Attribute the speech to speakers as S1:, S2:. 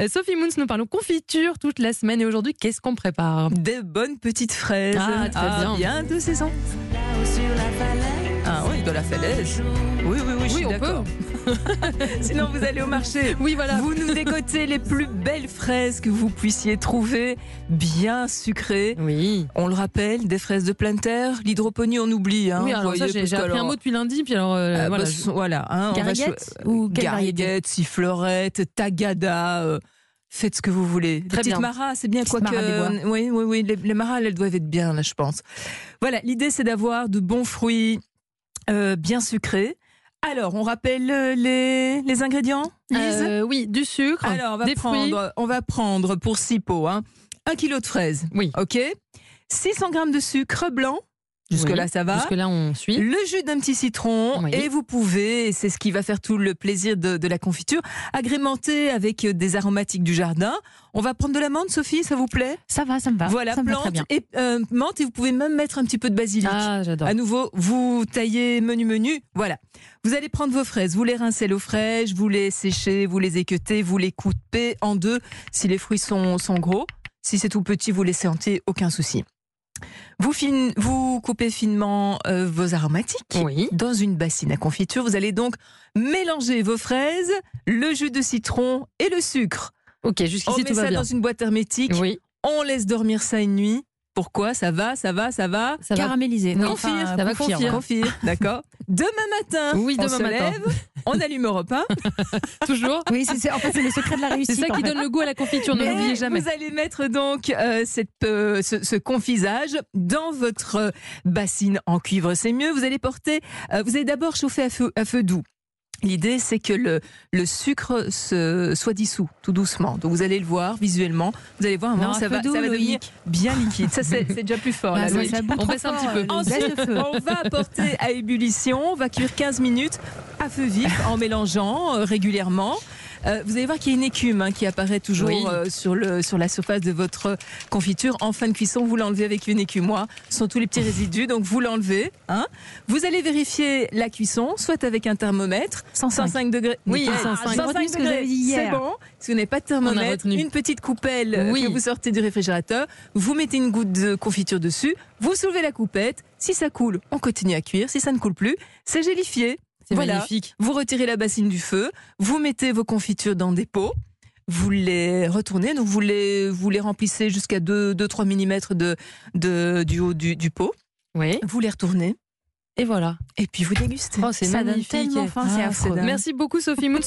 S1: Euh, Sophie Moons, nous parlons confiture toute la semaine et aujourd'hui, qu'est-ce qu'on prépare
S2: Des bonnes petites fraises.
S1: Ah, très bien.
S2: bien de saison. Ah oui, de la falaise. Oui, oui, oui, je suis
S1: on
S2: d'accord. Sinon, vous allez au marché.
S1: Oui, voilà.
S2: Vous nous décotez les plus belles fraises que vous puissiez trouver, bien sucrées.
S1: Oui.
S2: On le rappelle, des fraises de pleine terre, l'hydroponie, on oublie. Hein,
S1: oui, alors
S2: voyez,
S1: ça, j'ai
S2: parce
S1: j'ai
S2: que
S1: appris un
S2: alors-
S1: mot depuis lundi, puis alors euh,
S2: Ah, bah,
S1: voilà. euh,
S2: ce sont- voilà hein, on va
S3: Gariguette
S2: cho-
S3: ou quelle variété
S2: Gariguette, sifflorette, tagada, euh, faites ce que vous voulez.
S1: Très
S2: les petites
S1: bien.
S2: maras, c'est bien,
S3: Petites
S2: quoique.
S3: maras des
S2: euh, Oui, oui, oui, les, les maras, elles doivent être bien, là, je pense. Voilà, l'idée, c'est d'avoir de bons fruits euh, bien sucrés. Alors, on rappelle euh, les, les ingrédients, Lise
S1: Euh, oui, du sucre,
S2: Alors, on va,
S1: des fruits.
S2: prendre, on va prendre pour 6 pots hein, 1 kg de fraises,
S1: Oui.
S2: ok 600 g de sucre blanc, jusque-là, ça va.
S1: Jusque là, on suit.
S2: Le jus d'un petit citron
S1: Oui.
S2: et vous pouvez, et c'est ce qui va faire tout le plaisir de, de la confiture, agrémenter avec euh, des aromatiques du jardin. On va prendre de la menthe, Sophie, ça vous plaît
S3: Ça va, ça me va.
S2: Voilà,
S3: Ah, ça me va très
S2: plante
S3: bien.
S2: et euh, menthe et vous pouvez même mettre un petit peu de basilic.
S1: Ah, j'adore.
S2: À nouveau, vous taillez menu menu, voilà. Vous allez prendre vos fraises, vous les rincez à l'eau fraîche, vous les séchez, vous les équeutez, vous les coupez en deux si les fruits sont, sont gros. Si c'est tout petit, vous laissez entier, aucun souci. Vous, fin- vous coupez finement euh, vos aromatiques
S1: Oui.
S2: dans une bassine à confiture. Vous allez donc mélanger vos fraises, le jus de citron et le sucre.
S1: Ok,
S2: On
S1: jusqu'ici,
S2: met
S1: tout
S2: ça
S1: va bien.
S2: dans une boîte hermétique.
S1: Oui,
S2: On laisse dormir ça une nuit. Pourquoi Ça va, ça va, ça va.
S1: ça va.
S3: Caramélisé.
S1: Non,
S2: Confire,
S3: enfin,
S1: ça va
S3: confire.
S1: confire.
S2: Confire, d'accord. Demain matin,
S1: Oui,
S2: on
S1: demain
S2: se
S1: matin.
S2: lève, on allume Europe 1.
S1: Toujours.
S3: Oui, c'est- c'est- en fait, c'est le secret de la réussite.
S1: C'est ça
S3: en
S1: qui
S3: fait.
S1: donne le goût à la confiture, ne
S2: Et
S1: l'oubliez jamais.
S2: Eh, Vous allez mettre donc euh, cette, euh, ce, ce confisage dans votre euh, bassine en cuivre, c'est mieux. Vous allez porter, euh, vous allez d'abord chauffer à feu, à feu doux. L'idée, c'est que le, le sucre se, soit dissous tout doucement. Donc vous allez le voir visuellement. Vous allez voir, à un
S3: Non,
S2: moment,
S3: à
S2: ça,
S3: feu
S2: va,
S3: doux,
S2: ça va devenir
S3: Loïc.
S2: bien liquide. Ça, c'est c'est déjà plus fort.
S3: Ah,
S2: là,
S3: ça,
S2: Loïc.
S3: ça bout
S1: On
S3: trop
S1: baisse un
S3: fort,
S1: petit peu.
S3: euh, le
S2: Ensuite,
S3: baisse le feu.
S2: on va apporter à ébullition. On va cuire 15 minutes à feu vif en mélangeant euh, régulièrement. Euh, vous allez voir qu'il y a une écume hein, qui apparaît toujours
S1: Oui.
S2: euh, sur, le, sur la surface de votre confiture. En fin de cuisson, vous l'enlevez avec une écumoire. Ce sont tous les petits résidus, donc vous l'enlevez. Hein. Vous allez vérifier la cuisson, soit avec un thermomètre.
S3: 105.
S2: 105 degrés.
S1: Oui,
S2: Nickel.
S1: 105.
S3: J'ai retenu ce que vous
S2: degrés,
S3: avez dit hier.
S2: C'est bon. Si vous n'avez pas de
S1: On a
S2: thermomètre,
S1: retenu.
S2: une petite coupelle euh,
S1: Oui.
S2: que vous sortez du réfrigérateur, vous mettez une goutte de confiture dessus, vous soulevez la coupette. Si ça coule, on continue à cuire. Si ça ne coule plus, c'est gélifié.
S1: C'est
S2: Voilà.
S1: magnifique.
S2: Vous retirez la bassine du feu, vous mettez vos confitures dans des pots, vous les retournez, donc vous les, vous les remplissez jusqu'à 2-3 mm de, de, du haut du, du pot,
S1: Oui.
S2: vous les retournez
S1: Et voilà.
S2: et puis vous dégustez.
S1: Oh, c'est
S3: Ça donne
S1: magnifique.
S3: tellement faim, c'est
S2: Ah,
S3: affreux.
S2: dingue.
S1: Merci beaucoup, Sophie Moons.